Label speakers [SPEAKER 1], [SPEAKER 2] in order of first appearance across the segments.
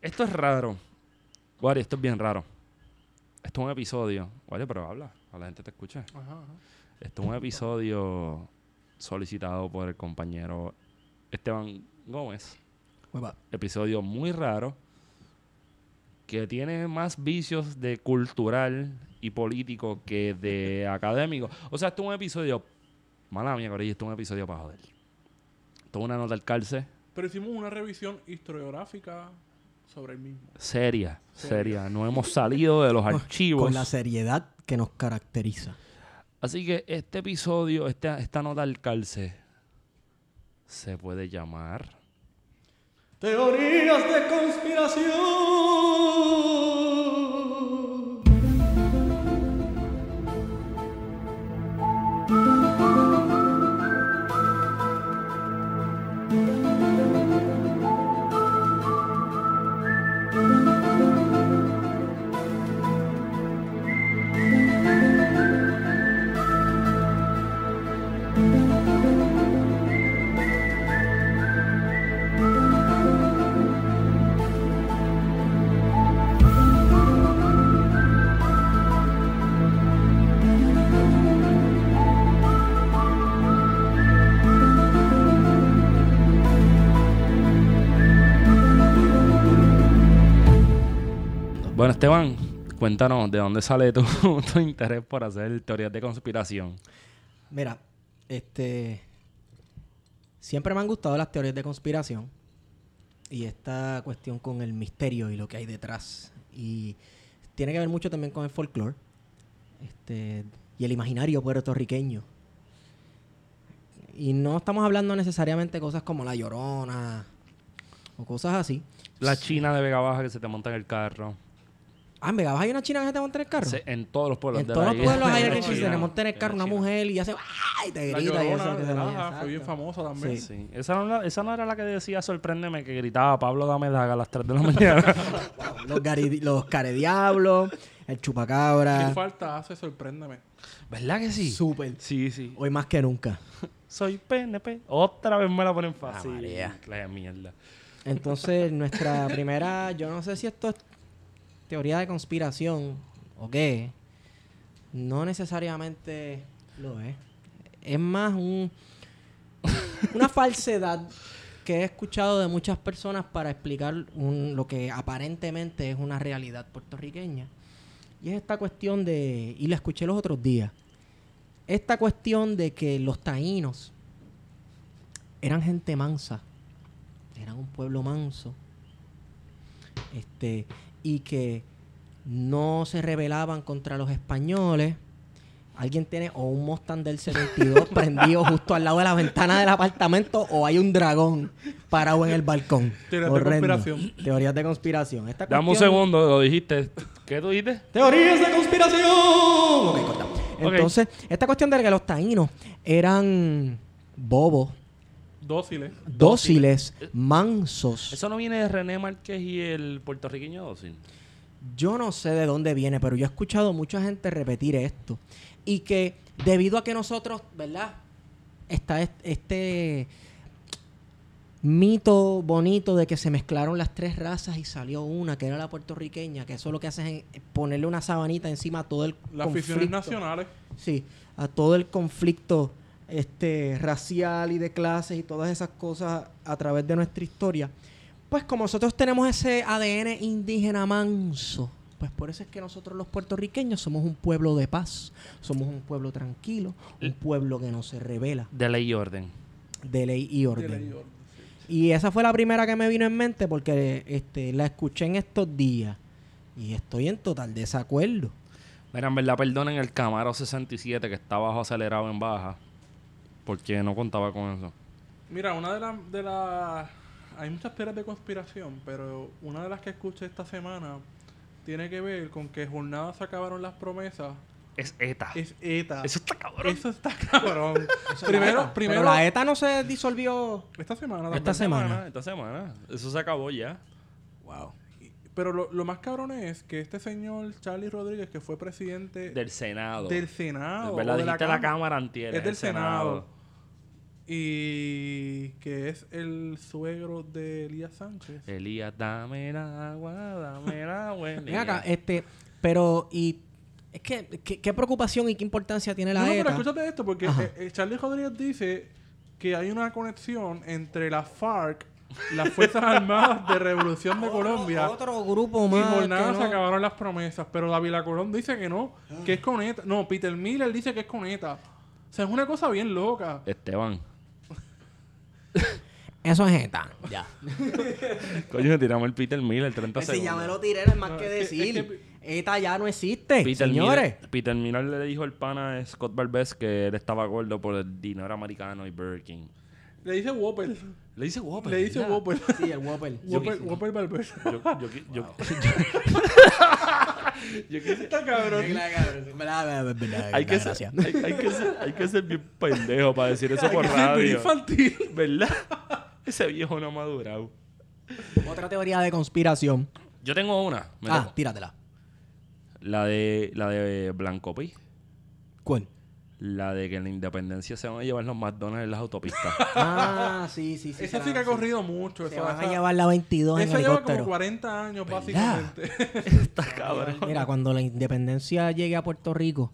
[SPEAKER 1] Esto es raro. Wario, esto es bien raro. Esto es un episodio. Wario, pero habla. A la gente te escucha.
[SPEAKER 2] Ajá, ajá.
[SPEAKER 1] Esto es un episodio solicitado por el compañero Esteban Gómez.
[SPEAKER 2] Uepa.
[SPEAKER 1] Episodio muy raro. Que tiene más vicios de cultural y político que de académico. O sea, esto es un episodio. Mala mía, Corillo, esto es un episodio para joder. Esto es una nota al calce.
[SPEAKER 2] Pero hicimos una revisión historiográfica sobre el mismo.
[SPEAKER 1] Seria,
[SPEAKER 2] Seria.
[SPEAKER 1] seria. No hemos salido de los
[SPEAKER 3] Con-
[SPEAKER 1] archivos.
[SPEAKER 3] Con la seriedad que nos caracteriza.
[SPEAKER 1] Así que este episodio, esta, esta nota al calce, se puede llamar.
[SPEAKER 3] Teorías de conspiración.
[SPEAKER 1] Bueno, Esteban, cuéntanos de dónde sale tu, tu interés por hacer teorías de conspiración.
[SPEAKER 3] Mira, este. Siempre me han gustado las teorías de conspiración y esta cuestión con el misterio y lo que hay detrás. Y tiene que ver mucho también con el folclore este, y el imaginario puertorriqueño. Y no estamos hablando necesariamente cosas como la llorona o cosas así.
[SPEAKER 1] La china de Vega Baja que se te monta en el carro.
[SPEAKER 3] Ah, en Vega Baja hay una china que se te monta en el carro.
[SPEAKER 1] Se- en todos los pueblos
[SPEAKER 3] en
[SPEAKER 1] de
[SPEAKER 3] todos
[SPEAKER 1] la
[SPEAKER 3] los
[SPEAKER 1] isla.
[SPEAKER 3] pueblos hay
[SPEAKER 2] Hay
[SPEAKER 3] alguien
[SPEAKER 2] una
[SPEAKER 3] que se
[SPEAKER 2] china,
[SPEAKER 3] le monta en el
[SPEAKER 1] hay
[SPEAKER 3] carro
[SPEAKER 1] una
[SPEAKER 3] una
[SPEAKER 1] china.
[SPEAKER 3] mujer y hace ¡ay! y te
[SPEAKER 2] La
[SPEAKER 3] grita y
[SPEAKER 2] Llorona
[SPEAKER 3] eso. que
[SPEAKER 2] de
[SPEAKER 3] se llama,
[SPEAKER 2] Laja fue bien
[SPEAKER 3] exacto.
[SPEAKER 2] famosa también.
[SPEAKER 3] Sí.
[SPEAKER 1] Sí. Esa, no era- esa no era la que decía sorpréndeme que gritaba Pablo dame daga a las 3 de la mañana.
[SPEAKER 3] Los, gari- los carediablos, el chupacabra.
[SPEAKER 2] ¿Qué falta hace? Sorpréndeme.
[SPEAKER 1] ¿Verdad que sí?
[SPEAKER 3] Súper.
[SPEAKER 1] Sí, sí.
[SPEAKER 3] Hoy más que nunca.
[SPEAKER 1] Soy PNP. Otra vez me la ponen fácil.
[SPEAKER 3] Ah, María.
[SPEAKER 1] La mierda.
[SPEAKER 3] Entonces, nuestra primera, yo no sé si esto es teoría de conspiración o qué, no necesariamente lo es. Es más un, una falsedad que he escuchado de muchas personas para explicar un- lo que aparentemente es una realidad puertorriqueña. Y es esta cuestión de, y la escuché los otros días, esta cuestión de que los taínos eran gente mansa eran un pueblo manso este y que no se rebelaban contra los españoles alguien tiene o un Mustang del 72 prendido justo al lado de la ventana del apartamento o hay un dragón parado en el balcón
[SPEAKER 2] Teorías de conspiración.
[SPEAKER 3] teorías de conspiración Esta
[SPEAKER 1] Dame un
[SPEAKER 3] cuestión-
[SPEAKER 1] segundo, lo dijiste. ¿Qué tú dijiste?
[SPEAKER 3] Teorías de conspiración. Ok, corta.
[SPEAKER 1] Ok.
[SPEAKER 3] Entonces, esta cuestión de que los taínos eran bobos,
[SPEAKER 2] Dóciles.
[SPEAKER 3] dóciles, mansos.
[SPEAKER 1] Eso no viene de René Márquez y el puertorriqueño dócil.
[SPEAKER 3] Yo no sé de dónde viene, pero yo he escuchado mucha gente repetir esto. Y que debido a que nosotros, ¿verdad? Está est- este mito bonito de que se mezclaron las tres razas y salió una, que era la puertorriqueña, que eso lo que hace es ponerle una sabanita encima a todo el
[SPEAKER 2] Las aficiones
[SPEAKER 3] conflicto.
[SPEAKER 2] nacionales.
[SPEAKER 3] Sí, a todo el conflicto este, racial y de clases y todas esas cosas a través de nuestra historia. Pues como nosotros tenemos ese ADN indígena manso, pues por eso es que nosotros los puertorriqueños somos un pueblo de paz, somos un pueblo tranquilo, un pueblo que no se revela
[SPEAKER 1] De ley y orden.
[SPEAKER 3] de
[SPEAKER 2] de ley
[SPEAKER 3] ley y
[SPEAKER 2] y
[SPEAKER 3] orden.
[SPEAKER 2] orden, sí.
[SPEAKER 3] Y esa fue la primera que me vino en mente porque este, la escuché en estos días y estoy en total desacuerdo.
[SPEAKER 1] Mira, en verdad, perdonen el Camaro 67 que está bajo acelerado en baja. Porque no contaba con eso.
[SPEAKER 2] Mira, una de las... De las hay muchas teorías de conspiración, pero una de las que escuché esta semana tiene que ver con que jornadas se acabaron las promesas.
[SPEAKER 1] Es ETA.
[SPEAKER 2] Es ETA.
[SPEAKER 1] Ah, Eso está cabrón.
[SPEAKER 2] Eso está cabrón.
[SPEAKER 3] Pero
[SPEAKER 2] primero,
[SPEAKER 3] la-
[SPEAKER 2] primero.
[SPEAKER 3] Pero la ETA no se disolvió.
[SPEAKER 2] Esta semana
[SPEAKER 3] Esta
[SPEAKER 2] también.
[SPEAKER 3] semana.
[SPEAKER 1] Esta semana. Eso se acabó ya.
[SPEAKER 3] Wow.
[SPEAKER 2] Y- Pero lo, lo más cabrón es que este señor Charlie Rodríguez, que fue presidente
[SPEAKER 1] Del Senado.
[SPEAKER 2] del Senado.
[SPEAKER 1] ¿Verdad?
[SPEAKER 2] o de
[SPEAKER 1] Dijiste la,
[SPEAKER 2] Cámara,
[SPEAKER 1] Cámara antier.
[SPEAKER 2] es del
[SPEAKER 1] el
[SPEAKER 2] Senado. Y que es el suegro de Elías Sánchez.
[SPEAKER 1] Elías, dame la agua, dame la agua.
[SPEAKER 3] Ven
[SPEAKER 1] Elías.
[SPEAKER 3] acá, este, pero y es que qué, qué preocupación y qué importancia tiene la
[SPEAKER 2] no, no, pero
[SPEAKER 3] ETA.
[SPEAKER 2] escúchate esto, porque
[SPEAKER 3] Ajá.
[SPEAKER 2] eh, eh, Charlie Rodríguez dice que hay una conexión entre la FARC, las Fuerzas Armadas de Revolución
[SPEAKER 1] Oh,
[SPEAKER 2] de Colombia,
[SPEAKER 3] Otro grupo
[SPEAKER 2] y
[SPEAKER 3] más. que
[SPEAKER 2] jornada
[SPEAKER 3] no-
[SPEAKER 2] se acabaron las promesas, pero David Colón dice que no, que es con ETA. No, Peter Miller dice que es con ETA. O sea, es una cosa bien loca.
[SPEAKER 1] Esteban.
[SPEAKER 3] Eso es ETA. Ya. Este,
[SPEAKER 1] Coño, le tiramos el Peter Miller, 30
[SPEAKER 3] si ya me
[SPEAKER 1] segundos.
[SPEAKER 3] lo tiré, no es más
[SPEAKER 2] No,
[SPEAKER 3] que
[SPEAKER 2] es que-
[SPEAKER 3] decir.
[SPEAKER 2] es
[SPEAKER 3] ETA ya no existe,
[SPEAKER 1] Peter
[SPEAKER 3] señores.
[SPEAKER 1] Miller, Peter Miller le dijo el pana a Scott Barbés que él estaba gordo por el dinero americano y Burger King.
[SPEAKER 2] Le dice Whopper.
[SPEAKER 1] Le dice Whopper.
[SPEAKER 2] Le dice
[SPEAKER 1] ¿verdad?
[SPEAKER 2] Whopper.
[SPEAKER 3] Sí, el Whopper.
[SPEAKER 2] Whopper, Whopper Barber.
[SPEAKER 1] Yo, yo, qui- yo- yo quise-
[SPEAKER 2] Está cabrón. Ah,
[SPEAKER 1] hay, que ser, hay, hay que ser, hay que ser bien pendejo para decir eso por radio.
[SPEAKER 2] infantil.
[SPEAKER 1] ¿Verdad? Ese viejo no ha madurado.
[SPEAKER 3] Otra teoría de conspiración.
[SPEAKER 1] Yo tengo una. me
[SPEAKER 3] ah,
[SPEAKER 1] tocó.
[SPEAKER 3] tíratela.
[SPEAKER 1] La de la de Blanco Pi.
[SPEAKER 3] ¿Cuál?
[SPEAKER 1] La de que en la independencia se van a llevar los McDonald's en las autopistas.
[SPEAKER 3] Ah, sí, sí, sí.
[SPEAKER 2] Esa
[SPEAKER 3] se
[SPEAKER 2] sí que
[SPEAKER 3] la-
[SPEAKER 2] ha corrido mucho.
[SPEAKER 3] Se
[SPEAKER 2] esa-
[SPEAKER 3] van a
[SPEAKER 2] esa-
[SPEAKER 3] llevar la 22 en
[SPEAKER 2] Esa lleva como
[SPEAKER 3] helicóptero.
[SPEAKER 2] 40 años,
[SPEAKER 1] ¿Verdad?
[SPEAKER 2] básicamente.
[SPEAKER 1] Está cabrón.
[SPEAKER 3] Mira, cuando la independencia llegue a Puerto Rico,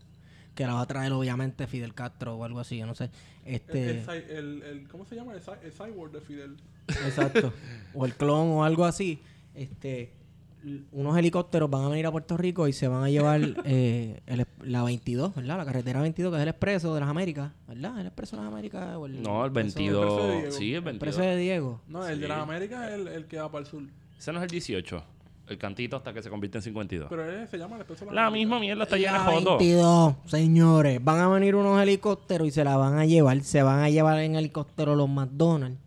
[SPEAKER 3] que la va a traer obviamente Fidel Castro o algo así, yo no sé.
[SPEAKER 2] El-
[SPEAKER 3] Este,
[SPEAKER 2] el cy- el- el- ¿Cómo se llama? El, cy- el cyborg de Fidel.
[SPEAKER 3] exacto. o el clon o algo así. Este, l- unos helicópteros van a venir a Puerto Rico y se van a llevar eh, el es- la 22, ¿verdad? La carretera 22, que es el expreso de las Américas, ¿verdad? El expreso de las Américas. o el
[SPEAKER 1] No, el
[SPEAKER 3] expreso-
[SPEAKER 2] el preso de
[SPEAKER 1] 22.
[SPEAKER 2] Diego.
[SPEAKER 1] Sí, el
[SPEAKER 3] El expreso
[SPEAKER 1] 22.
[SPEAKER 3] de Diego.
[SPEAKER 2] No, el de
[SPEAKER 1] Sí.
[SPEAKER 2] las Américas es el, el que va para el sur.
[SPEAKER 1] Ese no es el 18. El cantito hasta que se convierte en 52.
[SPEAKER 2] Pero él se llama el espeso de las
[SPEAKER 1] La
[SPEAKER 2] Américas.
[SPEAKER 1] misma mierda está llena
[SPEAKER 3] La
[SPEAKER 1] de fotos.
[SPEAKER 3] 22, señores. Van a venir unos helicópteros y se la van a llevar. Se van a llevar en helicóptero los McDonald's.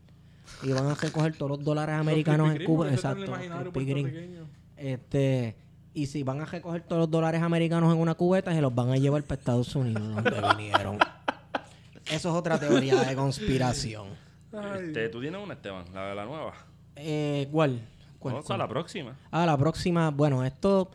[SPEAKER 3] Y van a recoger todos los dólares
[SPEAKER 2] Los
[SPEAKER 3] americanos en
[SPEAKER 2] pipigrín, porque
[SPEAKER 3] Cuba.
[SPEAKER 2] ese está en
[SPEAKER 3] Exacto.
[SPEAKER 2] el imaginario
[SPEAKER 3] los pipigrín.
[SPEAKER 2] puertorriqueño.
[SPEAKER 3] Este, y si van a recoger todos los dólares americanos en una cubeta, se los van a llevar para Estados Unidos, donde vinieron. Eso es otra teoría de conspiración.
[SPEAKER 2] Ay,
[SPEAKER 1] Este, tú tienes una, Esteban, la de la nueva.
[SPEAKER 3] Eh, ¿Cuál? ¿Cuál?
[SPEAKER 1] Vamos a
[SPEAKER 3] cuál?
[SPEAKER 1] la próxima.
[SPEAKER 3] Ah, la próxima. Bueno, esto.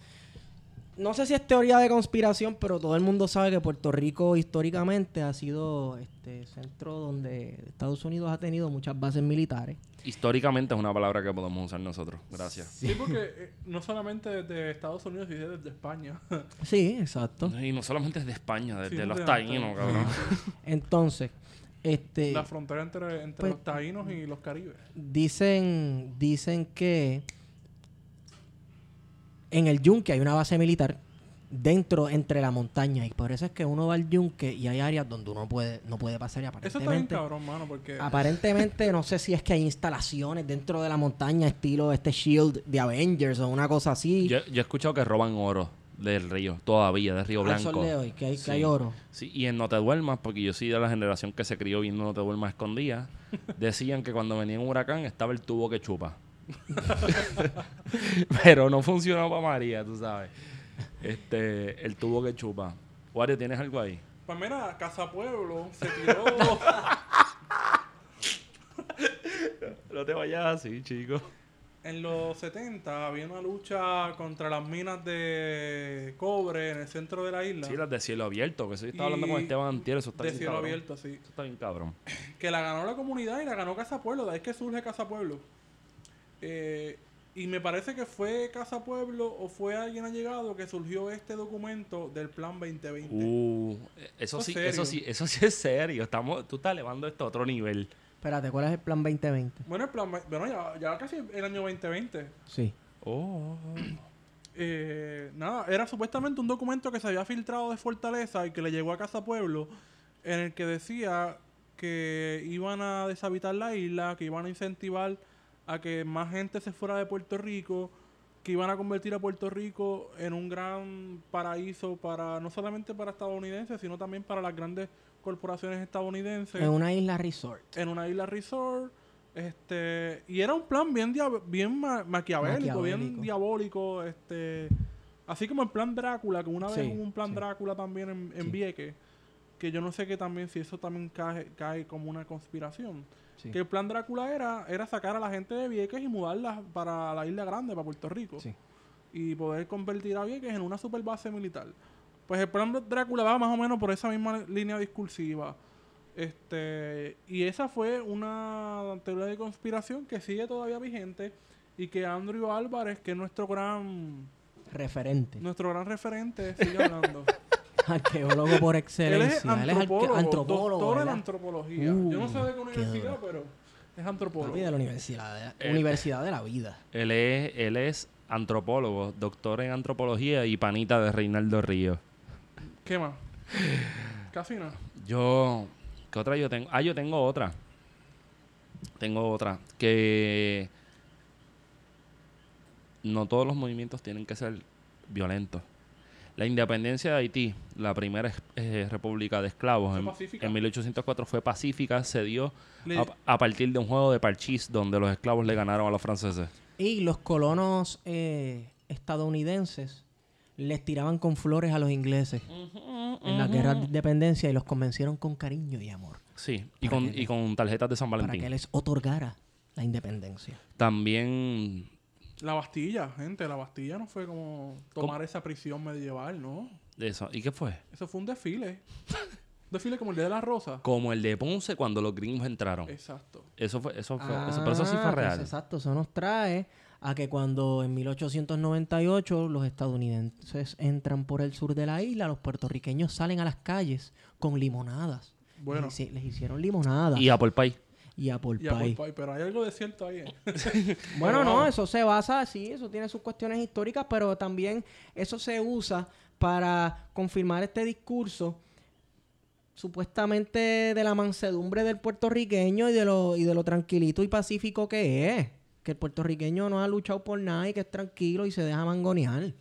[SPEAKER 3] No sé si es teoría de conspiración, pero todo el mundo sabe que Puerto Rico históricamente ha sido este centro donde Estados Unidos ha tenido muchas bases militares.
[SPEAKER 1] Históricamente es una palabra que podemos usar nosotros. Gracias.
[SPEAKER 2] Sí, porque eh, no solamente desde Estados Unidos, sino desde España.
[SPEAKER 3] Sí, exacto.
[SPEAKER 1] Y no solamente desde España, desde
[SPEAKER 2] Sí,
[SPEAKER 1] los
[SPEAKER 2] de-
[SPEAKER 1] taínos, cabrón.
[SPEAKER 3] Entonces, este.
[SPEAKER 2] La frontera entre, entre
[SPEAKER 3] Pues-
[SPEAKER 2] los taínos y los caribes.
[SPEAKER 3] Dicen, dicen que en el yunque hay una base militar dentro, entre la montaña. Y por eso es que uno va al yunque y hay áreas donde uno puede, no puede pasar y
[SPEAKER 2] Eso está bien
[SPEAKER 3] aparentemente.
[SPEAKER 2] cabrón, mano, porque...
[SPEAKER 3] Aparentemente, no sé si es que hay instalaciones dentro de la montaña, estilo este Shield de Avengers o una cosa así.
[SPEAKER 1] Yo, yo he escuchado que roban oro del río, todavía, del río
[SPEAKER 3] Al sol
[SPEAKER 1] Blanco.
[SPEAKER 3] de hoy, que hay, que
[SPEAKER 1] Sí.
[SPEAKER 3] hay oro.
[SPEAKER 1] Sí, y en No Te Duermas, porque yo soy de la generación que se crió viendo No Te Duermas escondida, decían que cuando venía un huracán estaba el tubo que chupa. Pero no funcionó para María, tú sabes. Este, el tubo que chupa. Wario, ¿tienes algo ahí?
[SPEAKER 2] Pues mira, Casa Pueblo se tiró...
[SPEAKER 1] No te vayas así, chico.
[SPEAKER 2] En los 70 había una lucha contra las minas de cobre en el centro de la isla.
[SPEAKER 1] Sí, las de cielo abierto, que sí, estaba
[SPEAKER 2] Y
[SPEAKER 1] hablando con Esteban Antier, eso está
[SPEAKER 2] de
[SPEAKER 1] bien
[SPEAKER 2] cielo
[SPEAKER 1] cabrón.
[SPEAKER 2] abierto, sí.
[SPEAKER 1] Eso está bien cabrón.
[SPEAKER 2] Que la ganó la comunidad y la ganó Casa Pueblo. De ahí es que surge Casa Pueblo. Eh, y me parece que fue Casa Pueblo o fue alguien allegado que surgió este documento del Plan 2020.
[SPEAKER 1] Uh, eso
[SPEAKER 2] es
[SPEAKER 1] sí,
[SPEAKER 2] serio.
[SPEAKER 1] eso sí, eso sí es serio. Estamos, tú estás elevando esto a otro nivel.
[SPEAKER 3] Espérate, ¿cuál es el plan 2020?
[SPEAKER 2] Bueno, el plan, ve- bueno ya, ya casi el año 2020.
[SPEAKER 3] Sí.
[SPEAKER 1] Oh.
[SPEAKER 2] Eh, nada, era supuestamente un documento que se había filtrado de Fortaleza y que le llegó a Casa Pueblo, en el que decía que iban a deshabitar la isla, que iban a incentivar a que más gente se fuera de Puerto Rico, que iban a convertir a Puerto Rico en un gran paraíso para no solamente para estadounidenses, sino también para las grandes corporaciones estadounidenses
[SPEAKER 3] En una isla resort.
[SPEAKER 2] en una isla resort. Este, y era un plan bien, dia- bien ma- maquiavélico, bien
[SPEAKER 3] Maquiavélico.
[SPEAKER 2] diabólico. Este, así como el plan Drácula, que una vez
[SPEAKER 3] Sí,
[SPEAKER 2] hubo un plan
[SPEAKER 3] sí.
[SPEAKER 2] Drácula también en, en
[SPEAKER 3] Sí.
[SPEAKER 2] Vieques, que yo no sé que también si eso también cae, cae como una conspiración.
[SPEAKER 3] Sí.
[SPEAKER 2] Que el plan Drácula era, era sacar a la gente de Vieques y mudarla para la isla grande, para Puerto Rico.
[SPEAKER 3] Sí.
[SPEAKER 2] Y poder convertir a Vieques en una superbase militar. Pues el plan Drácula va más o menos por esa misma línea discursiva. Este, y esa fue una teoría de conspiración que sigue todavía vigente y que Andrew Álvarez, que es nuestro gran,
[SPEAKER 3] Referente.
[SPEAKER 2] nuestro gran referente, sigue hablando.
[SPEAKER 3] Arqueólogo por
[SPEAKER 2] Él
[SPEAKER 3] excelencia.
[SPEAKER 2] es antropólogo,
[SPEAKER 3] arque-
[SPEAKER 2] doctor en
[SPEAKER 3] ¿verdad?
[SPEAKER 2] antropología.
[SPEAKER 3] Uh,
[SPEAKER 2] Yo no sé de qué universidad,
[SPEAKER 3] duro.
[SPEAKER 2] pero es
[SPEAKER 3] Papi,
[SPEAKER 2] antropólogo.
[SPEAKER 3] de la universidad, de,
[SPEAKER 1] Eh.
[SPEAKER 3] universidad de la vida.
[SPEAKER 1] Él es, él es antropólogo, doctor en antropología y panita de Reinaldo Ríos.
[SPEAKER 2] ¿Qué más? Casi nada.
[SPEAKER 1] Yo, ¿qué otra yo tengo? Ah, yo tengo otra. Tengo otra. Que no todos los movimientos tienen que ser violentos. La independencia de Haití, la primera eh, república de esclavos
[SPEAKER 2] Fue
[SPEAKER 1] en,
[SPEAKER 2] pacífica.
[SPEAKER 1] en 1804 fue pacífica, se dio
[SPEAKER 2] Le-
[SPEAKER 1] a, a partir de un juego de parchís donde los esclavos le ganaron a los franceses.
[SPEAKER 3] Y los colonos eh, estadounidenses les tiraban con flores a los ingleses en las guerras de independencia y los convencieron con cariño y amor
[SPEAKER 1] Sí, y
[SPEAKER 3] Para
[SPEAKER 1] con,
[SPEAKER 3] que-
[SPEAKER 1] y con tarjetas de San
[SPEAKER 3] para que
[SPEAKER 1] Valentín.
[SPEAKER 3] les otorgara la independencia.
[SPEAKER 1] También
[SPEAKER 2] La Bastilla, gente, la Bastilla no fue como tomar esa prisión medieval, ¿no?
[SPEAKER 1] de eso. ¿Y qué fue?
[SPEAKER 2] Eso fue un desfile. un desfile como el Día de la Rosa.
[SPEAKER 1] Como el de Ponce cuando los gringos entraron.
[SPEAKER 2] Exacto.
[SPEAKER 1] Eso fue, eso fue, eso, pero eso sí fue
[SPEAKER 3] Eh. Ah, pues
[SPEAKER 1] real.
[SPEAKER 3] exacto, eso nos trae a que cuando en 1898 los estadounidenses entran por el sur de la isla, los puertorriqueños salen a las calles con limonadas.
[SPEAKER 2] Bueno.
[SPEAKER 3] Les, hici- les hicieron limonadas
[SPEAKER 1] Y Apple Pie.
[SPEAKER 3] y apple
[SPEAKER 2] Y a
[SPEAKER 3] pie.
[SPEAKER 2] Popeye, pero hay algo de cierto ahí. ¿eh?
[SPEAKER 3] Bueno, no,
[SPEAKER 2] vamos.
[SPEAKER 3] eso se basa, sí, eso tiene sus cuestiones históricas, pero también eso se usa para confirmar este discurso supuestamente de la mansedumbre del puertorriqueño y de lo, y de lo tranquilito y pacífico que es. Que el puertorriqueño no ha luchado por nada y que es tranquilo y se deja mangonear.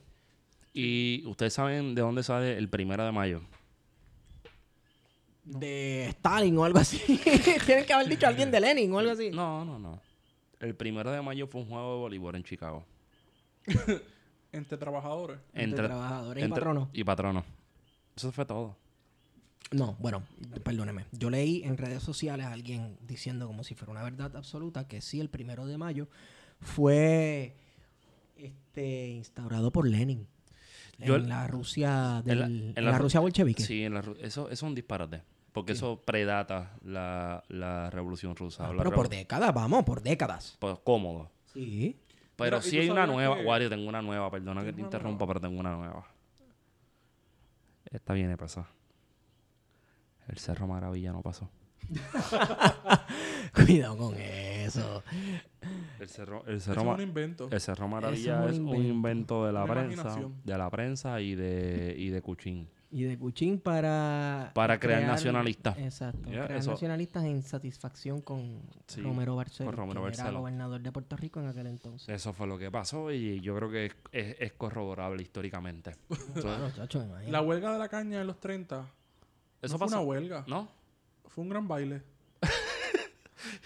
[SPEAKER 1] Y ustedes saben de dónde sale el primero de mayo.
[SPEAKER 3] De Stalin o algo así. Tienen que haber dicho a alguien de Lenin o algo así.
[SPEAKER 1] No, no, no. El primero de mayo fue un juego de voleibol en Chicago.
[SPEAKER 2] Entre trabajadores.
[SPEAKER 3] Entre trabajadores y patronos.
[SPEAKER 1] Y patronos. Eso fue todo.
[SPEAKER 3] No, bueno, perdóneme. Yo leí en redes sociales a alguien diciendo como si fuera una verdad absoluta que sí, el primero de mayo fue este, instaurado por Lenin.
[SPEAKER 1] Yo-
[SPEAKER 3] en la Rusia
[SPEAKER 1] en la-
[SPEAKER 3] del-
[SPEAKER 1] en
[SPEAKER 3] en
[SPEAKER 1] la
[SPEAKER 3] la,
[SPEAKER 1] Ru-
[SPEAKER 3] Rusia bolchevique.
[SPEAKER 1] Sí, en la ru- eso, eso es un disparate. Porque eso predata la, la revolución rusa.
[SPEAKER 3] Ah,
[SPEAKER 1] La
[SPEAKER 3] pero
[SPEAKER 1] revo-
[SPEAKER 3] por décadas, vamos, por décadas.
[SPEAKER 1] pues, cómodo.
[SPEAKER 3] Sí.
[SPEAKER 1] Pero
[SPEAKER 2] Mira, ¿y
[SPEAKER 1] sí
[SPEAKER 2] tú
[SPEAKER 1] hay una
[SPEAKER 2] sabías
[SPEAKER 1] nueva.
[SPEAKER 2] que-
[SPEAKER 1] Wario, tengo una nueva. Perdona que
[SPEAKER 2] Tienes
[SPEAKER 1] te
[SPEAKER 2] una
[SPEAKER 1] interrumpa, pero tengo una nueva. Esta viene pasada. El Cerro Maravilla no pasó.
[SPEAKER 3] Cuidado con eso.
[SPEAKER 1] El Cerro, el
[SPEAKER 2] Eso
[SPEAKER 1] Cerro,
[SPEAKER 2] es
[SPEAKER 1] Ma-
[SPEAKER 2] un invento.
[SPEAKER 1] el Cerro
[SPEAKER 3] Eso
[SPEAKER 1] Maravilla
[SPEAKER 3] es
[SPEAKER 1] es
[SPEAKER 3] un
[SPEAKER 1] un invento de la
[SPEAKER 2] Una
[SPEAKER 1] prensa.
[SPEAKER 2] imaginación.
[SPEAKER 1] De la prensa y de, y de Cuchín.
[SPEAKER 3] Y de Cuchín para...
[SPEAKER 1] Para crear nacionalistas.
[SPEAKER 3] Exacto.
[SPEAKER 1] Ya,
[SPEAKER 3] crear
[SPEAKER 1] eso-
[SPEAKER 3] nacionalistas en satisfacción con
[SPEAKER 1] Sí,
[SPEAKER 3] Romero Barceló,
[SPEAKER 1] con Romero
[SPEAKER 3] que era
[SPEAKER 1] Barceló.
[SPEAKER 3] gobernador de Puerto Rico en aquel entonces.
[SPEAKER 1] Eso fue lo que pasó y yo creo que es, es- es corroborable históricamente. Entonces,
[SPEAKER 3] Claro, chacho, me imagino.
[SPEAKER 2] La huelga de la caña en los 30.
[SPEAKER 1] eso
[SPEAKER 2] no fue
[SPEAKER 1] pasó.
[SPEAKER 2] una huelga.
[SPEAKER 1] ¿No?
[SPEAKER 2] Fue un gran baile.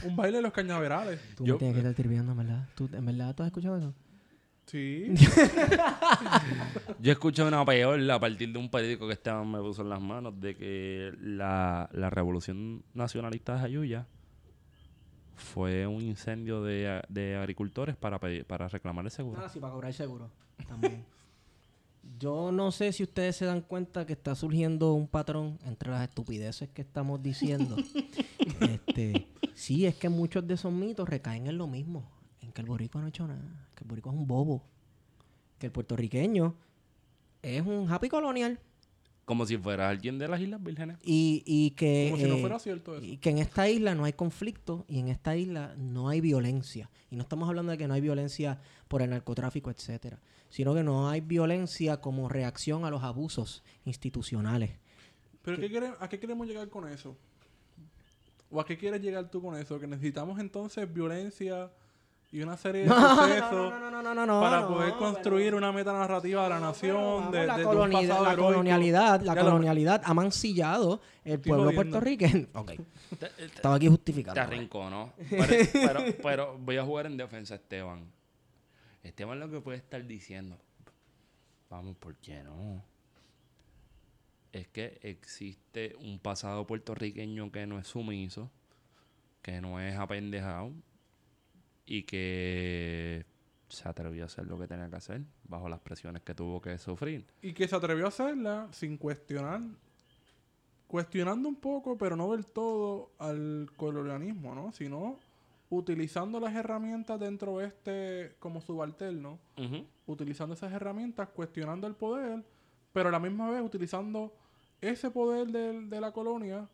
[SPEAKER 2] un baile de los cañaverales.
[SPEAKER 3] Tú
[SPEAKER 1] Yo-
[SPEAKER 3] me tienes que estar triviando, en verdad. ¿Tú, ¿En verdad tú has escuchado eso?
[SPEAKER 2] Sí.
[SPEAKER 1] Yo escuché una peor a partir de un periódico que Esteban me puso en las manos de que la, la revolución nacionalista de Ayuya fue un incendio de, de agricultores para, pedir- para reclamar el seguro.
[SPEAKER 3] Ah, sí, para cobrar seguro. También. Yo no sé si ustedes se dan cuenta que está surgiendo un patrón entre las estupideces que estamos diciendo. este, sí, es que muchos de esos mitos recaen en lo mismo. En que el boricua no ha hecho nada. Que el boricua es un bobo. Que el puertorriqueño es un happy colonial.
[SPEAKER 1] Como si fuera alguien de las Islas Vírgenes.
[SPEAKER 3] Y, y que...
[SPEAKER 2] Como si no
[SPEAKER 3] eh,
[SPEAKER 2] fuera cierto eso.
[SPEAKER 3] Y que en esta isla no hay conflicto y en esta isla no hay violencia. Y no estamos hablando de que no hay violencia por el narcotráfico, etcétera, sino que no hay violencia como reacción a los abusos institucionales.
[SPEAKER 2] Pero ¿qué quere- ¿a qué queremos llegar con eso? ¿O a qué quieres llegar tú con eso? Que necesitamos entonces violencia y una serie de procesos para poder construir una meta narrativa de la nación, de,
[SPEAKER 3] la,
[SPEAKER 2] de- de un
[SPEAKER 3] colonida-
[SPEAKER 2] pasado
[SPEAKER 3] la
[SPEAKER 2] heroico.
[SPEAKER 3] colonialidad, la
[SPEAKER 2] Ya lo-
[SPEAKER 3] colonialidad ha mancillado el pueblo
[SPEAKER 2] jodiendo.
[SPEAKER 3] puertorriqueño. Ok,
[SPEAKER 1] Te, te-
[SPEAKER 3] estaba aquí
[SPEAKER 1] te
[SPEAKER 3] justificando.
[SPEAKER 1] arrancó, ¿no? eh. Pero, pero, pero voy a jugar en defensa a Esteban. Esteban lo que puede estar diciendo. Vamos, ¿por qué no? Es que existe un pasado puertorriqueño que no es sumiso, que no es apendejado y que se atrevió a hacer lo que tenía que hacer bajo las presiones que tuvo que sufrir.
[SPEAKER 2] Y que se atrevió a hacerla sin cuestionar cuestionando un poco, pero no del todo, al colonialismo, ¿no? Sino utilizando las herramientas dentro de este como subalterno,
[SPEAKER 1] Ujú.
[SPEAKER 2] utilizando esas herramientas, cuestionando el poder, pero a la misma vez utilizando ese poder del- de, la colonia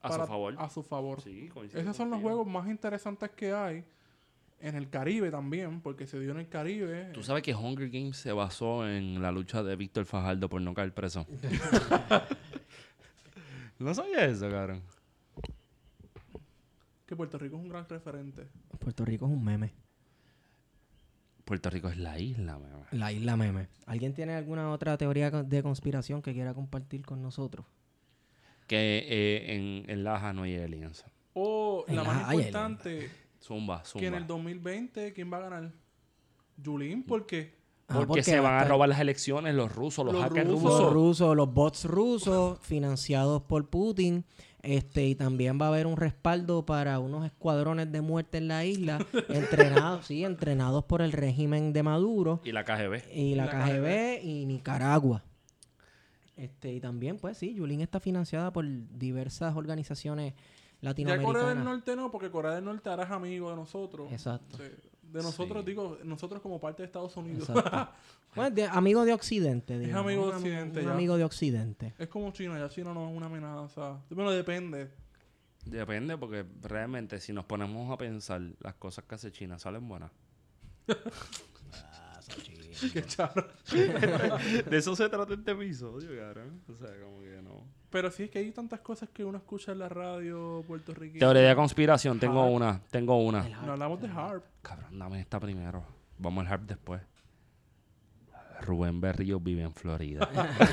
[SPEAKER 1] A su favor.
[SPEAKER 2] A su favor.
[SPEAKER 1] Sí, coincido
[SPEAKER 2] Esos son los
[SPEAKER 1] contigo.
[SPEAKER 2] juegos más interesantes que hay en el Caribe también, porque se dio en el Caribe.
[SPEAKER 1] Tú sabes que Hunger Games se basó en la lucha de Víctor Fajardo por no caer preso. no sabía eso, cabrón.
[SPEAKER 2] que Puerto Rico es un gran referente.
[SPEAKER 3] Puerto Rico es un meme.
[SPEAKER 1] Puerto Rico es la isla, man.
[SPEAKER 3] La isla meme. ¿Alguien tiene alguna otra teoría con- de conspiración que quiera compartir con nosotros?
[SPEAKER 1] Que eh, en, en Laja no hay alianza.
[SPEAKER 2] O
[SPEAKER 3] En
[SPEAKER 2] la
[SPEAKER 3] la
[SPEAKER 2] más
[SPEAKER 3] High
[SPEAKER 2] importante,
[SPEAKER 1] Zumba,
[SPEAKER 2] que en el
[SPEAKER 1] zumba.
[SPEAKER 2] 2020, ¿quién va a ganar? Yulín, porque
[SPEAKER 3] Ah,
[SPEAKER 1] Porque, se
[SPEAKER 3] va
[SPEAKER 1] van a
[SPEAKER 3] estar
[SPEAKER 1] robar las elecciones los rusos, los,
[SPEAKER 2] Los
[SPEAKER 1] hackers
[SPEAKER 2] rusos.
[SPEAKER 1] rusos.
[SPEAKER 3] Los rusos, los bots rusos financiados por Putin. Este, y también va a haber un respaldo para unos escuadrones de muerte en la isla, entrenados, sí, entrenados por el régimen de Maduro
[SPEAKER 1] Y la KGB.
[SPEAKER 3] y la,
[SPEAKER 2] La
[SPEAKER 3] KGB, y Nicaragua. Este, y también, pues sí, Yulín está financiada por diversas organizaciones
[SPEAKER 2] ya Corea del
[SPEAKER 3] latinoamericanas.
[SPEAKER 2] Norte no, porque Corea del Norte ahora es amigo de nosotros.
[SPEAKER 3] Exacto.
[SPEAKER 2] De, de nosotros,
[SPEAKER 1] Sí.
[SPEAKER 2] digo, nosotros como parte de Estados Unidos.
[SPEAKER 3] Exacto. Bueno, de- amigo de Occidente, digamos.
[SPEAKER 2] amigo de
[SPEAKER 3] Un am-
[SPEAKER 2] Occidente,
[SPEAKER 3] un
[SPEAKER 2] ya.
[SPEAKER 3] amigo de Occidente.
[SPEAKER 2] es como China, ya China no es una amenaza. Bueno, depende.
[SPEAKER 1] Depende, porque realmente si nos ponemos a pensar, las cosas que hace China salen buenas.
[SPEAKER 2] Ah, Qué charro.
[SPEAKER 1] de eso se trata este episodio, cabrón. O sea, como que no.
[SPEAKER 2] Pero sí es que hay tantas cosas que uno escucha en la radio puertorriqueña.
[SPEAKER 1] Teoría de conspiración, tengo
[SPEAKER 2] Ajá.
[SPEAKER 1] una, tengo una.
[SPEAKER 2] No hablamos de harp.
[SPEAKER 1] Cabrón, dame esta primero. Vamos al harp después. Rubén Berrío vive en Florida.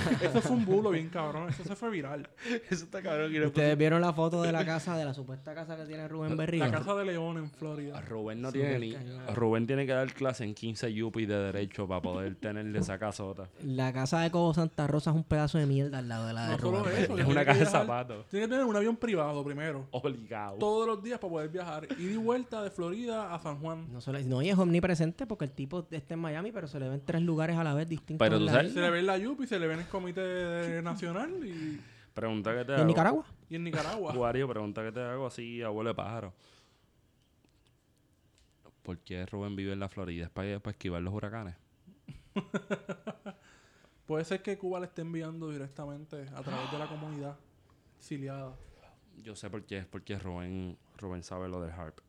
[SPEAKER 2] Eso fue un bulo bien cabrón. Eso se fue viral.
[SPEAKER 1] Eso está cabrón.
[SPEAKER 3] Ustedes vieron la foto de la casa, de la supuesta casa que tiene Rubén Berrío.
[SPEAKER 2] La casa de León en Florida.
[SPEAKER 1] Rubén no
[SPEAKER 3] Sí,
[SPEAKER 1] tiene
[SPEAKER 3] me
[SPEAKER 1] ni...
[SPEAKER 3] cago.
[SPEAKER 1] Rubén tiene que dar clase en 15 yuppies de derecho para poder tenerle esa casota.
[SPEAKER 3] La casa de Cobo Santa Rosa es un pedazo de mierda al lado de la de
[SPEAKER 2] No
[SPEAKER 3] Rubén
[SPEAKER 2] solo
[SPEAKER 3] Berrío.
[SPEAKER 2] eso.
[SPEAKER 1] Es
[SPEAKER 2] tiene
[SPEAKER 1] una
[SPEAKER 2] que
[SPEAKER 1] caja de
[SPEAKER 2] viajar-
[SPEAKER 1] zapatos.
[SPEAKER 2] Tiene que tener un avión privado primero.
[SPEAKER 1] Obligado.
[SPEAKER 2] Todos los días para poder viajar. Y de vuelta de Florida a San Juan.
[SPEAKER 3] No, solo- no, y es omnipresente porque el tipo está en Miami, pero se le ven tres lugares a la vez distintos.
[SPEAKER 1] Pero
[SPEAKER 3] en
[SPEAKER 1] tú
[SPEAKER 3] la
[SPEAKER 1] sabes-
[SPEAKER 2] Se
[SPEAKER 3] isla.
[SPEAKER 2] le ve en la Yupi, se le ve en el Comité Nacional y,
[SPEAKER 1] Pregunta que te
[SPEAKER 3] ¿Y
[SPEAKER 1] hago.
[SPEAKER 3] en Nicaragua?
[SPEAKER 2] y en Nicaragua.
[SPEAKER 1] Wario, pregunta que te hago así, abuelo de pájaro. ¿Por qué Rubén vive en la Florida? ¿Es para, para esquivar los huracanes?
[SPEAKER 2] Puede ser que Cuba le esté enviando directamente a través de la comunidad exiliada.
[SPEAKER 1] Yo sé por qué. Es porque Rubén, Rubén sabe lo del harp.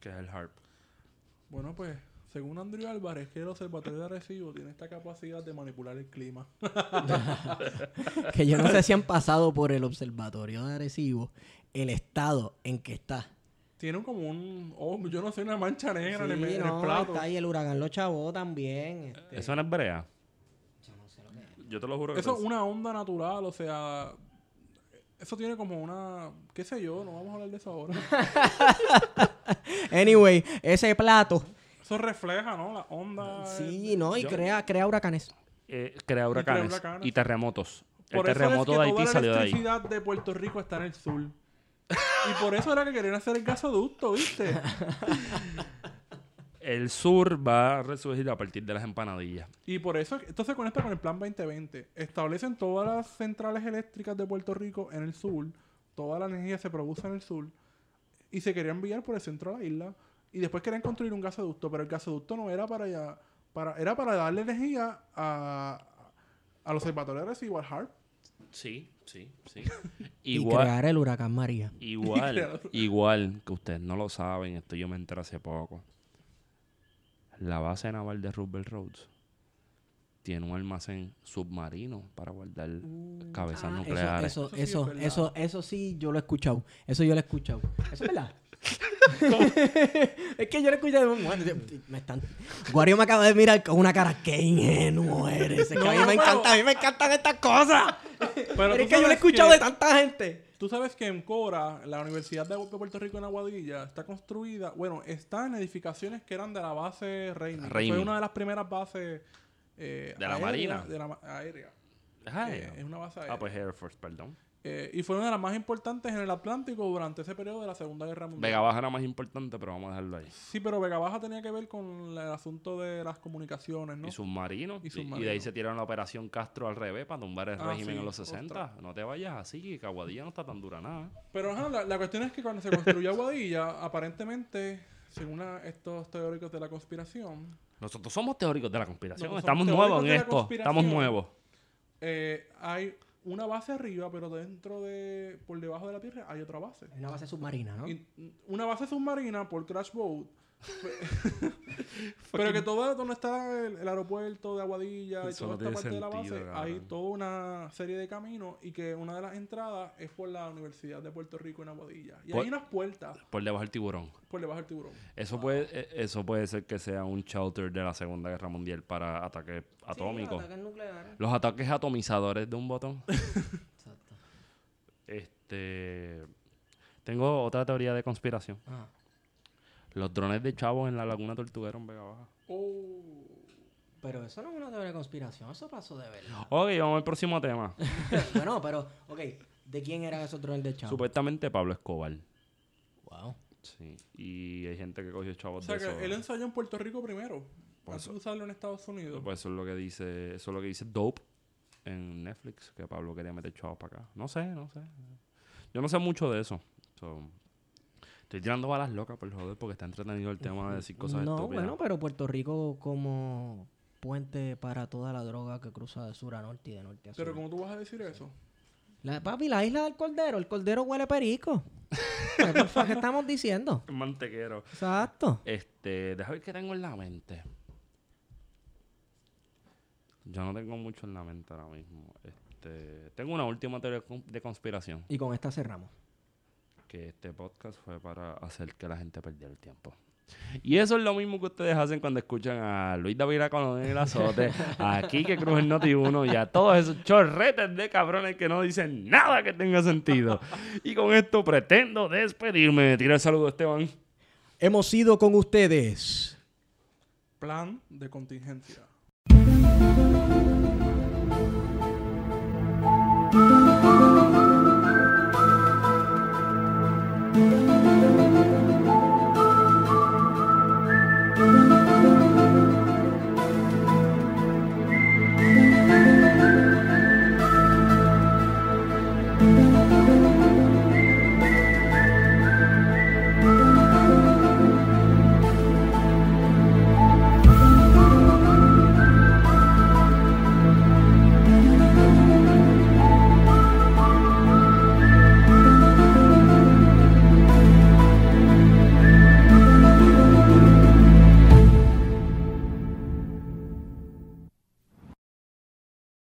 [SPEAKER 1] ¿Qué es el harp?
[SPEAKER 2] Bueno, pues, según Andrew Álvarez, que el Observatorio de Arecibo tiene esta capacidad de manipular el clima.
[SPEAKER 3] Que yo no sé si han pasado por el observatorio de Arecibo, el estado en que está.
[SPEAKER 2] Tiene como un... Oh, yo no sé, una mancha negra en, el,
[SPEAKER 3] Sí,
[SPEAKER 2] en el
[SPEAKER 3] no,
[SPEAKER 2] plato.
[SPEAKER 3] está ahí el huracán lo chavó también. este.
[SPEAKER 1] ¿Eso no es brea? Eh, Yo te lo juro que
[SPEAKER 2] Eso es
[SPEAKER 1] pensé-
[SPEAKER 2] una onda natural, o sea... Eso tiene como una... qué sé yo, no vamos a hablar de eso ahora.
[SPEAKER 3] Anyway, ese plato.
[SPEAKER 2] Eso refleja, ¿no? La onda...
[SPEAKER 3] Sí, no, y
[SPEAKER 1] yo-
[SPEAKER 3] crea, crea huracanes.
[SPEAKER 1] eh, crea huracanes y,
[SPEAKER 2] huracanes.
[SPEAKER 1] terremotos.
[SPEAKER 2] Por
[SPEAKER 1] el
[SPEAKER 2] eso es que
[SPEAKER 1] terremoto de Haití
[SPEAKER 2] toda la
[SPEAKER 1] salió de ahí.
[SPEAKER 2] electricidad de Puerto Rico está en el sur. Y por eso era que querían hacer el gasoducto, ¿viste?
[SPEAKER 1] El sur va a resurgir a partir de las empanadillas.
[SPEAKER 2] Y por eso, esto se conecta con el plan 2020. Establecen todas las centrales eléctricas de Puerto Rico en el sur. Toda la energía se produce en el sur. Y se quería enviar por el centro de la isla. Y después querían construir un gasoducto. Pero el gasoducto no era para allá. Para, era para darle energía a, al observatorio de Recibo, al HARP.
[SPEAKER 1] Sí, sí, sí.
[SPEAKER 3] Y
[SPEAKER 1] igual,
[SPEAKER 3] crear el huracán María.
[SPEAKER 1] igual,
[SPEAKER 2] crear-
[SPEAKER 1] igual que ustedes no lo saben, esto yo me enteré hace poco. La base naval de Roosevelt Roads tiene un almacén submarino para guardar cabezas
[SPEAKER 3] Ah,
[SPEAKER 1] nucleares.
[SPEAKER 3] Eso,
[SPEAKER 2] Uh, Eso sí es
[SPEAKER 3] eso, eso,
[SPEAKER 2] verdad.
[SPEAKER 3] eso, eso sí yo lo he escuchado. Eso yo lo he escuchado. Eso es verdad. es que yo lo he escuchado. Bueno, yo- me están... Guario me acaba de mirar con una cara. ¡Qué ingenuo eres! Es que a mí
[SPEAKER 2] No,
[SPEAKER 3] me
[SPEAKER 2] pero-
[SPEAKER 3] encanta, a mí me encantan estas cosas. Pero,
[SPEAKER 2] tú
[SPEAKER 3] es que yo lo he
[SPEAKER 2] sabes
[SPEAKER 3] escuchado
[SPEAKER 2] que-
[SPEAKER 3] de tanta gente.
[SPEAKER 2] Tú sabes que en Cora, la Universidad de Puerto Rico en Aguadilla, está construida, bueno, está en edificaciones que eran de la base Reina. que
[SPEAKER 1] Reimi.
[SPEAKER 2] Fue una de las primeras bases eh,
[SPEAKER 1] De la Marina. Ah,
[SPEAKER 2] De la ma- aérea.
[SPEAKER 1] Ajá,
[SPEAKER 2] Eh, es una base aérea.
[SPEAKER 1] pues. Ah, pues Air Force, perdón.
[SPEAKER 2] eh, y fue una de las más importantes en el Atlántico durante ese periodo de la Segunda Guerra Mundial.
[SPEAKER 1] Vega Baja era más importante, pero vamos a dejarlo ahí.
[SPEAKER 2] Sí, pero Vega Baja tenía que ver con la- el asunto de las comunicaciones, ¿no?
[SPEAKER 1] Y submarinos.
[SPEAKER 2] Y
[SPEAKER 1] Y, y de ahí
[SPEAKER 2] submarinos.
[SPEAKER 1] se tiraron la operación Castro al revés para tumbar el
[SPEAKER 2] Ah,
[SPEAKER 1] régimen
[SPEAKER 2] sí,
[SPEAKER 1] en los 60. No te vayas así, que Caguadilla no está tan dura nada.
[SPEAKER 2] Pero ajá, la, la cuestión es que cuando se construyó Aguadilla, aparentemente, según la- estos teóricos de la conspiración,
[SPEAKER 1] Nosotros somos teóricos de la conspiración.
[SPEAKER 2] Nosotros somos
[SPEAKER 1] Estamos nuevos
[SPEAKER 2] teóricos
[SPEAKER 1] en
[SPEAKER 2] de la
[SPEAKER 1] esto. Estamos
[SPEAKER 2] conspiración.
[SPEAKER 1] nuevos.
[SPEAKER 2] eh, hay una base arriba, pero dentro de, por debajo de la tierra hay otra base.
[SPEAKER 3] Es una base submarina, ¿no?
[SPEAKER 2] Y una base submarina por Crash Boat. Pero que todo donde está el, el aeropuerto de Aguadilla y
[SPEAKER 1] Eso
[SPEAKER 2] toda
[SPEAKER 1] no tiene
[SPEAKER 2] esta parte de la base,
[SPEAKER 1] sentido,
[SPEAKER 2] hay
[SPEAKER 1] cabrón.
[SPEAKER 2] toda una serie de caminos y que una de las entradas es por la Universidad de Puerto Rico en Aguadilla. Y
[SPEAKER 1] Por-
[SPEAKER 2] hay unas puertas
[SPEAKER 1] Por debajo del tiburón.
[SPEAKER 2] por debajo del tiburón.
[SPEAKER 1] Eso, puede, eh, eso puede ser que sea un shelter de la Segunda Guerra Mundial para ataques atómicos. Los ataques atomizadores de un botón.
[SPEAKER 3] Exacto.
[SPEAKER 1] este. Tengo otra teoría de conspiración.
[SPEAKER 3] Ah.
[SPEAKER 1] Los drones de Chavos en la Laguna Tortuguero en Vega Baja.
[SPEAKER 2] Oh.
[SPEAKER 3] Pero eso no es una teoría de conspiración, eso pasó de verdad.
[SPEAKER 1] Ok, vamos al próximo tema.
[SPEAKER 3] bueno, pero, ok, ¿de quién eran esos drones de Chavo?
[SPEAKER 1] Supuestamente Pablo Escobar.
[SPEAKER 3] Wow.
[SPEAKER 1] Sí. Y hay gente que cogió
[SPEAKER 2] O
[SPEAKER 1] chavos
[SPEAKER 2] sea
[SPEAKER 1] Pues de eso.
[SPEAKER 2] que él ensayó en Puerto Rico primero.
[SPEAKER 1] Por
[SPEAKER 2] Antes de
[SPEAKER 1] eso.
[SPEAKER 2] usarlo en Estados Unidos.
[SPEAKER 1] Pues eso es lo que dice, eso es lo que dice Dope en Netflix, que Pablo quería meter chavos para acá. No sé, no sé. Yo no sé mucho de eso. So, estoy tirando balas locas por joder, porque está entretenido el tema de decir cosas
[SPEAKER 3] no,
[SPEAKER 1] estúpidas.
[SPEAKER 3] bueno, pues, pero Puerto Rico como puente para toda la droga que cruza de sur a norte y de norte a sur.
[SPEAKER 2] Pero ¿cómo tú vas a decir eso?
[SPEAKER 3] La, papi, la isla del Cordero, el Cordero huele perico. ¿Qué porfa, qué estamos diciendo?
[SPEAKER 1] Mantequero.
[SPEAKER 3] Exacto.
[SPEAKER 1] Este, déjame ver qué tengo en la mente. Yo no tengo mucho en la mente ahora mismo. Este, tengo una última teoría con- de conspiración.
[SPEAKER 3] Y con esta cerramos.
[SPEAKER 1] que este podcast fue para hacer que la gente perdiera el tiempo. Y eso es lo mismo que ustedes hacen cuando escuchan a Luis David Colonel Azote, a Kike Cruz en Noti1 y a todos esos chorretes de cabrones que no dicen nada que tenga sentido. Y con esto pretendo despedirme. Tira el saludo, Esteban.
[SPEAKER 3] Hemos ido con ustedes.
[SPEAKER 2] Plan de contingencia.